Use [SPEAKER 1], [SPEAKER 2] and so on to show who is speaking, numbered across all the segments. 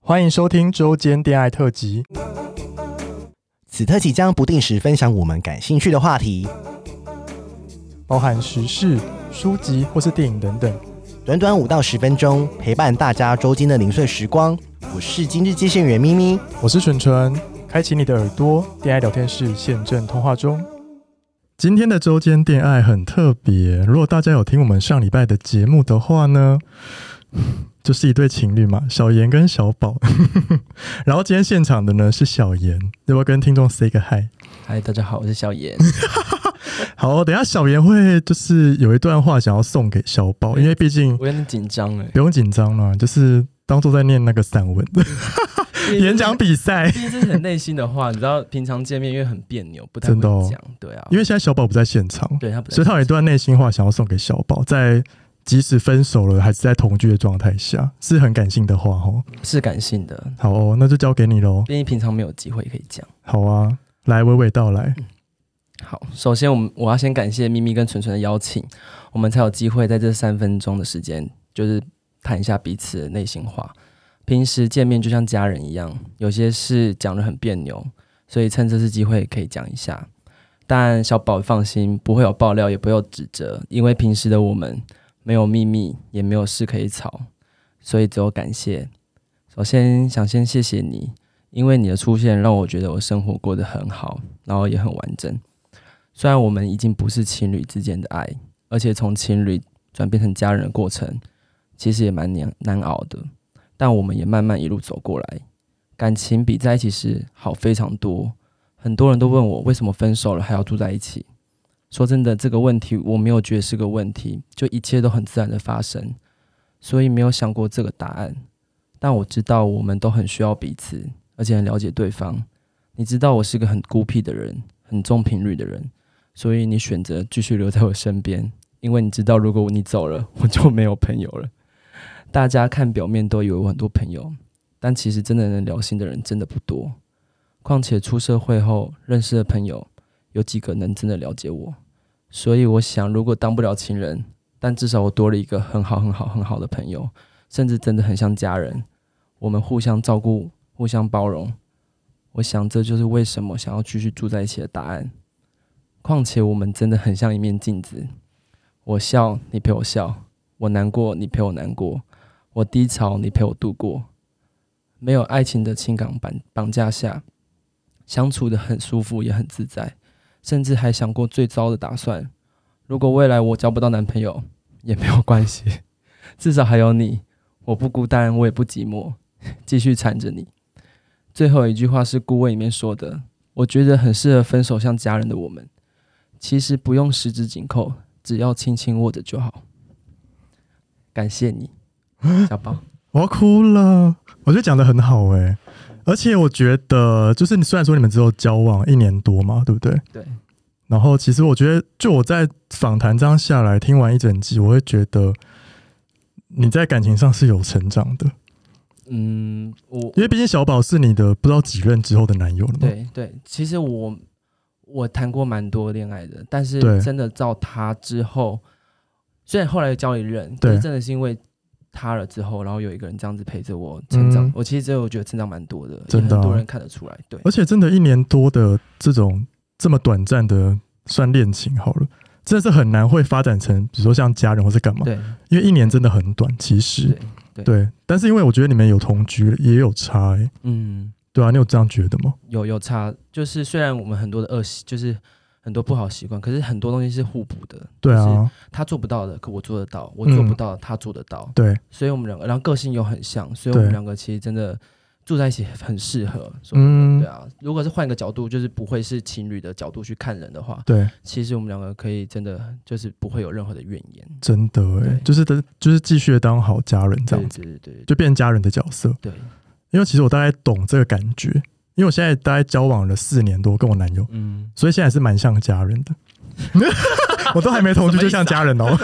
[SPEAKER 1] 欢迎收听周间恋爱特辑。
[SPEAKER 2] 此特辑将不定时分享我们感兴趣的话题，
[SPEAKER 1] 包含时事、书籍或是电影等等。
[SPEAKER 2] 短短五到十分钟，陪伴大家周间的零碎时光。我是今日接线员咪咪，
[SPEAKER 1] 我是纯纯，开启你的耳朵，恋爱聊天室现正通话中。今天的周间恋爱很特别，如果大家有听我们上礼拜的节目的话呢， 就是一对情侣嘛，小严跟小宝。 然后今天现场的呢是小严，要不要跟听众 say 个 hi？
[SPEAKER 3] 嗨，大家好，我是小 严。
[SPEAKER 1] 好，等一下小严会就是有一段话想要送给小宝，因为毕竟
[SPEAKER 3] 我有点紧张哎
[SPEAKER 1] 不，用紧张啦，就是当做在念那个散文 演讲比赛。
[SPEAKER 3] 毕竟这是很内心的话，你知道，平常见面因为很别扭，不太会
[SPEAKER 1] 真的哦
[SPEAKER 3] 讲。对啊，
[SPEAKER 1] 因为现在小宝不在现场，
[SPEAKER 3] 对他不太
[SPEAKER 1] 所以他有一段内心话想要送给小宝，在即使分手了还是在同居的状态下，是很感性的话哦。
[SPEAKER 3] 是感性的，
[SPEAKER 1] 好哦，那就交给你喽。
[SPEAKER 3] 毕竟平常没有机会可以讲。
[SPEAKER 1] 好啊，来娓娓道来。
[SPEAKER 3] 好，首先我们我要先感谢咪咪跟纯纯的邀请，我们才有机会在这三分钟的时间，就是谈一下彼此的内心话。平时见面就像家人一样，有些事讲得很别扭，所以趁这次机会可以讲一下。但小宝放心，不会有爆料，也不会有指责，因为平时的我们没有秘密，也没有事可以吵，所以只有感谢。首先想先谢谢你，因为你的出现让我觉得我生活过得很好，然后也很完整。虽然我们已经不是情侣之间的爱，而且从情侣转变成家人的过程，其实也蛮难难熬的，但我们也慢慢一路走过来，感情比在一起时好非常多。很多人都问我为什么分手了还要住在一起。说真的，这个问题我没有觉得是个问题，就一切都很自然的发生，所以没有想过这个答案。但我知道我们都很需要彼此，而且很了解对方。你知道我是个很孤僻的人，很重频率的人，所以你选择继续留在我身边，因为你知道，如果你走了，我就没有朋友了。大家看表面都以为我很多朋友，但其实真的能聊心的人真的不多。况且出社会后认识的朋友，有几个能真的了解我？所以我想，如果当不了情人，但至少我多了一个很好、很好、很好的朋友，甚至真的很像家人。我们互相照顾，互相包容。我想，这就是为什么想要继续住在一起的答案。况且我们真的很像一面镜子，我笑你陪我笑，我难过你陪我难过，我低潮你陪我度过。没有爱情的情感绑绑架下，相处的很舒服，也很自在，甚至还想过最糟的打算：如果未来我交不到男朋友也没有关系， 至少还有你，我不孤单，我也不寂寞， 继续缠着你。最后一句话是顾问里面说的，我觉得很适合分手像家人的我们。其实不用十指紧扣，只要轻轻握着就好。感谢你， 小宝。
[SPEAKER 1] 我要哭了，我觉得讲的很好哎、而且我觉得就是你虽然说你们只有交往一年多嘛，对不对？
[SPEAKER 3] 对。
[SPEAKER 1] 然后其实我觉得，就我在访谈这样下来，听完一整集，我会觉得你在感情上是有成长的，
[SPEAKER 3] 嗯，我
[SPEAKER 1] 因为毕竟小宝是你的不知道几任之后的男友了嘛。。
[SPEAKER 3] 对对，其实我我谈过蛮多恋爱的，但是
[SPEAKER 1] 对
[SPEAKER 3] 真的照他之后，虽然后来有交一任，
[SPEAKER 1] 对
[SPEAKER 3] 但是真的是因为他了之后，然后有一个人这样子陪着我成长，
[SPEAKER 1] 嗯
[SPEAKER 3] 我其实真的我觉得成长蛮多的，也
[SPEAKER 1] 真的啊
[SPEAKER 3] 很多人看得出来，对
[SPEAKER 1] 而且真的，一年多的这种这么短暂的算恋情好了，真的是很难会发展成，比如说像家人或是干嘛，
[SPEAKER 3] 对
[SPEAKER 1] 因为一年真的很短，其实
[SPEAKER 3] 对对
[SPEAKER 1] 对。但是因为我觉得你们有同居，也有差、欸，
[SPEAKER 3] 嗯。
[SPEAKER 1] 对啊，你有这样觉得吗？
[SPEAKER 3] 有有差，就是虽然我们很多的恶习，就是很多不好习惯，可是很多东西是互补的。
[SPEAKER 1] 对啊，
[SPEAKER 3] 他做不到的，可我做得到；我做
[SPEAKER 1] 嗯
[SPEAKER 3] 不到，他做得到。
[SPEAKER 1] 对，
[SPEAKER 3] 所以我们两个，然后个性又很像，所以我们
[SPEAKER 1] 对
[SPEAKER 3] 两个其实真的住在一起很适合。所以
[SPEAKER 1] 嗯
[SPEAKER 3] 对，啊，如果是换一个角度，就是不会是情侣的角度去看人的话，
[SPEAKER 1] 对，
[SPEAKER 3] 其实我们两个可以真的就是不会有任何的怨言。
[SPEAKER 1] 真的哎、
[SPEAKER 3] 对
[SPEAKER 1] 就是的，就是继续当好家人这
[SPEAKER 3] 对
[SPEAKER 1] 样子，
[SPEAKER 3] 对对对
[SPEAKER 1] 就变家人的角色。
[SPEAKER 3] 对，
[SPEAKER 1] 因为其实我大概懂这个感觉，因为我现在大概交往了四年多，跟我男友，
[SPEAKER 3] 嗯，
[SPEAKER 1] 所以现在是蛮像家人 的。我都还没同居就像家人哦，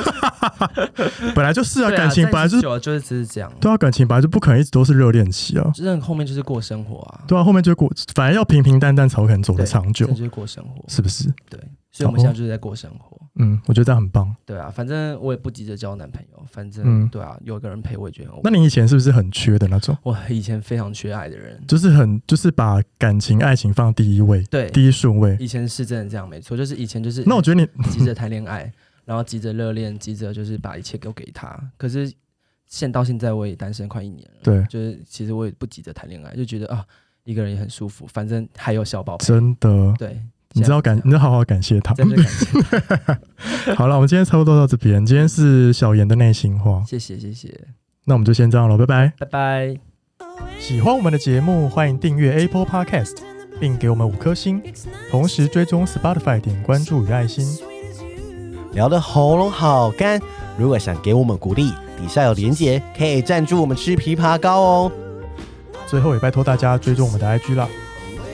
[SPEAKER 1] 本来就是啊，
[SPEAKER 3] 对啊
[SPEAKER 1] 感情
[SPEAKER 3] 在一
[SPEAKER 1] 本来
[SPEAKER 3] 起
[SPEAKER 1] 就是
[SPEAKER 3] 久了就是只是这样，
[SPEAKER 1] 对啊，感情本来就不可能一直都是热恋期啊，
[SPEAKER 3] 真的后面就是过生活啊，
[SPEAKER 1] 对啊，后面就过，反正要平平淡淡才有可能走得长久
[SPEAKER 3] 这，就是过生活。
[SPEAKER 1] 是不是？
[SPEAKER 3] 对，所以我们现在就是在过生活。
[SPEAKER 1] 嗯，我觉得这样很棒。
[SPEAKER 3] 对啊，反正我也不急着交男朋友，反正、
[SPEAKER 1] 嗯
[SPEAKER 3] 对啊，有个人陪我也觉得很 OK。
[SPEAKER 1] 那你以前是不是很缺的那种？
[SPEAKER 3] 我以前非常缺爱的人，
[SPEAKER 1] 就是很就是把感情、爱情放第一位，
[SPEAKER 3] 对，
[SPEAKER 1] 第一顺位。
[SPEAKER 3] 以前是真的这样，没错，就是以前就是
[SPEAKER 1] 那我觉得你
[SPEAKER 3] 急着谈恋爱，然后急着热恋，急着就是把一切都给他。可是现到现在我也单身快一年了，
[SPEAKER 1] 对，
[SPEAKER 3] 就是其实我也不急着谈恋爱，就觉得啊一个人也很舒服，反正还有小宝贝。
[SPEAKER 1] 真的，
[SPEAKER 3] 对，
[SPEAKER 1] 你知道感，嗯你要好好感谢他。
[SPEAKER 3] 真的感 谢，
[SPEAKER 1] 好了，我们今天差不多到这边。今天是小严的内心话，
[SPEAKER 3] 谢谢谢谢，
[SPEAKER 1] 那我们就先这样了，拜拜。
[SPEAKER 3] 拜拜。
[SPEAKER 1] 喜欢我们的节目，欢迎订阅 Apple Podcast，并给我们五颗星，同时追踪 Spotify 点关注与爱心。
[SPEAKER 2] 聊得喉咙好干。如果想给我们鼓励，底下有连结，可以赞助我们吃枇杷膏哦。
[SPEAKER 1] 最后也拜托大家追踪我们的 IG 啦，